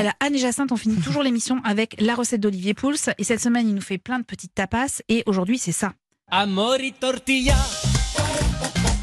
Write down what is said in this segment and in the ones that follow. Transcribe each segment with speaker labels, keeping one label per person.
Speaker 1: À la Anne et Jacinthe, on finit toujours l'émission avec la recette d'Olivier Pouls. Et cette semaine, il nous fait plein de petites tapas. Et aujourd'hui, c'est ça.
Speaker 2: Amori tortilla,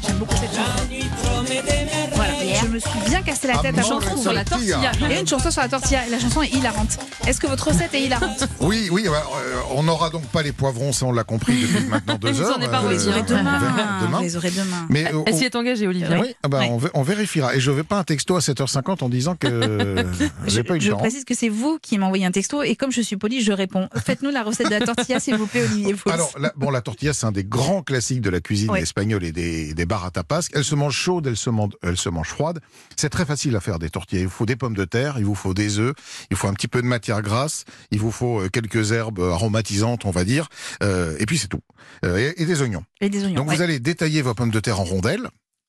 Speaker 1: J'aime beaucoup cette chanson.
Speaker 2: la nuit promet de merveilles.
Speaker 1: Voilà. Je me suis bien cassé la tête
Speaker 3: Amore
Speaker 1: à Ah, chanson Oh, sur la
Speaker 3: tortilla.
Speaker 1: tortilla. Il y a une chanson sur la tortilla. Et la chanson est hilarante. Est-ce que votre recette est hilarante
Speaker 3: Oui, oui, bah, euh, on n'aura donc pas les poivrons, ça on l'a compris depuis maintenant deux
Speaker 4: Vous
Speaker 3: heures.
Speaker 4: en avez pas
Speaker 3: Euh,
Speaker 4: vous les aurez
Speaker 3: on
Speaker 1: demain.
Speaker 3: verra demain.
Speaker 1: Vous les aurez demain.
Speaker 3: Mais euh,
Speaker 4: Elle
Speaker 3: on-
Speaker 4: s'y est engagée, Olivier.
Speaker 3: oui, ah bah,
Speaker 1: Ouais.
Speaker 3: on, vé- on vérifiera. Et je ne vais pas un texto à 7h50 en disant que j'ai pas eu
Speaker 1: Je
Speaker 3: le temps.
Speaker 1: précise que c'est vous qui m'envoyez un texto et comme je suis polie, je réponds. Faites-nous la recette de la tortilla, s'il vous plaît, Olivier Pouls.
Speaker 3: Alors, la, bon, la tortilla, c'est un des grands classiques de la cuisine
Speaker 1: Oui.
Speaker 3: espagnole et des, des bars à tapas. Elle se mange chaude, elle se mange, elle se mange froide. C'est très facile à faire des tortillas. Il vous faut des pommes de terre, il vous faut des œufs, il faut un petit peu de matière grasse, il vous faut euh, quelques herbes aromatisantes, on va dire, Euh, et puis c'est tout. Euh, et- et des oignons.
Speaker 1: et des oignons.
Speaker 3: Donc vous
Speaker 1: ouais.
Speaker 3: allez détailler vos pommes de terre en rondelles,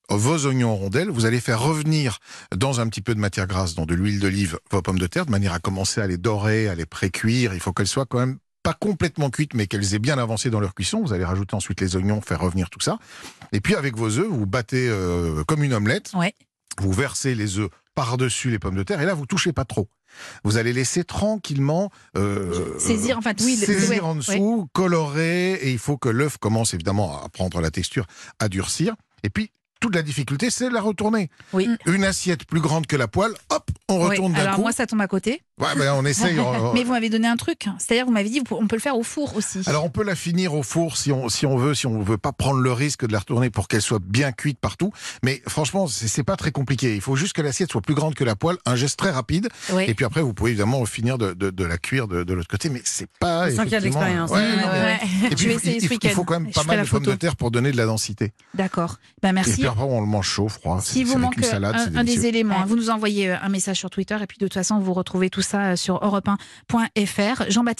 Speaker 3: vos oignons en rondelles, vous allez faire revenir dans un petit peu de matière grasse, dans de l'huile d'olive, vos pommes de terre, de manière à commencer à les dorer, à les pré-cuire. Il faut qu'elles soient quand même pas complètement cuites, mais qu'elles aient bien avancé dans leur cuisson. Vous allez rajouter ensuite les oignons, faire revenir tout ça. Et puis avec vos œufs, vous battez euh, comme une omelette.
Speaker 1: Ouais.
Speaker 3: Vous versez les œufs par-dessus les pommes de terre, et là, vous touchez pas trop. Vous allez laisser tranquillement euh,
Speaker 1: Saisir, en fait, oui. le-
Speaker 3: saisir
Speaker 1: ouais,
Speaker 3: en
Speaker 1: ouais.
Speaker 3: dessous, colorer, et il faut que l'œuf commence évidemment à prendre la texture, à durcir. Et puis, toute la difficulté, c'est de la retourner.
Speaker 1: Oui.
Speaker 3: Une assiette plus grande que la poêle, hop, on
Speaker 1: Oui,
Speaker 3: retourne d'un
Speaker 1: Alors
Speaker 3: coup.
Speaker 1: moi, ça tombe à côté.
Speaker 3: Ouais, ben, on essaye. on-
Speaker 1: Mais vous m'avez donné un truc. C'est-à-dire, vous m'avez dit, vous- on peut le faire au four aussi.
Speaker 3: Alors on peut la finir au four si on, si on veut, si on veut pas prendre le risque de la retourner pour qu'elle soit bien cuite partout. Mais franchement, c'est c'est pas très compliqué. Il faut juste que l'assiette soit plus grande que la poêle, un geste très rapide.
Speaker 1: Ouais.
Speaker 3: Et puis après, vous pouvez évidemment finir de, de- de la cuire de, de l'autre côté. Mais c'est pas.
Speaker 4: sent qu'il y a de
Speaker 3: effectivement-
Speaker 4: l'expérience.
Speaker 3: Ah Ouais,
Speaker 1: Ouais,
Speaker 3: non, mais-
Speaker 1: ouais.
Speaker 3: Et puis,
Speaker 1: je vais
Speaker 3: il-
Speaker 1: essayer
Speaker 3: il,
Speaker 1: ce
Speaker 3: faut-
Speaker 1: week-end.
Speaker 3: il faut quand même
Speaker 1: Je
Speaker 3: pas
Speaker 1: fais
Speaker 3: mal
Speaker 1: la
Speaker 3: de pommes de
Speaker 1: photo.
Speaker 3: terre pour donner de la densité.
Speaker 1: D'accord. Ben,
Speaker 3: Et
Speaker 1: merci.
Speaker 3: puis après, on le mange chaud, froid.
Speaker 1: Si
Speaker 3: c'est-
Speaker 1: vous
Speaker 3: c'est avec
Speaker 1: manque
Speaker 3: une salade,
Speaker 1: un,
Speaker 3: c'est
Speaker 1: un
Speaker 3: délicieux.
Speaker 1: des éléments, hein, euh, vous nous envoyez euh, un message sur Twitter et puis de toute façon, vous retrouvez tout ça euh, sur europe1.fr. Jean-Baptiste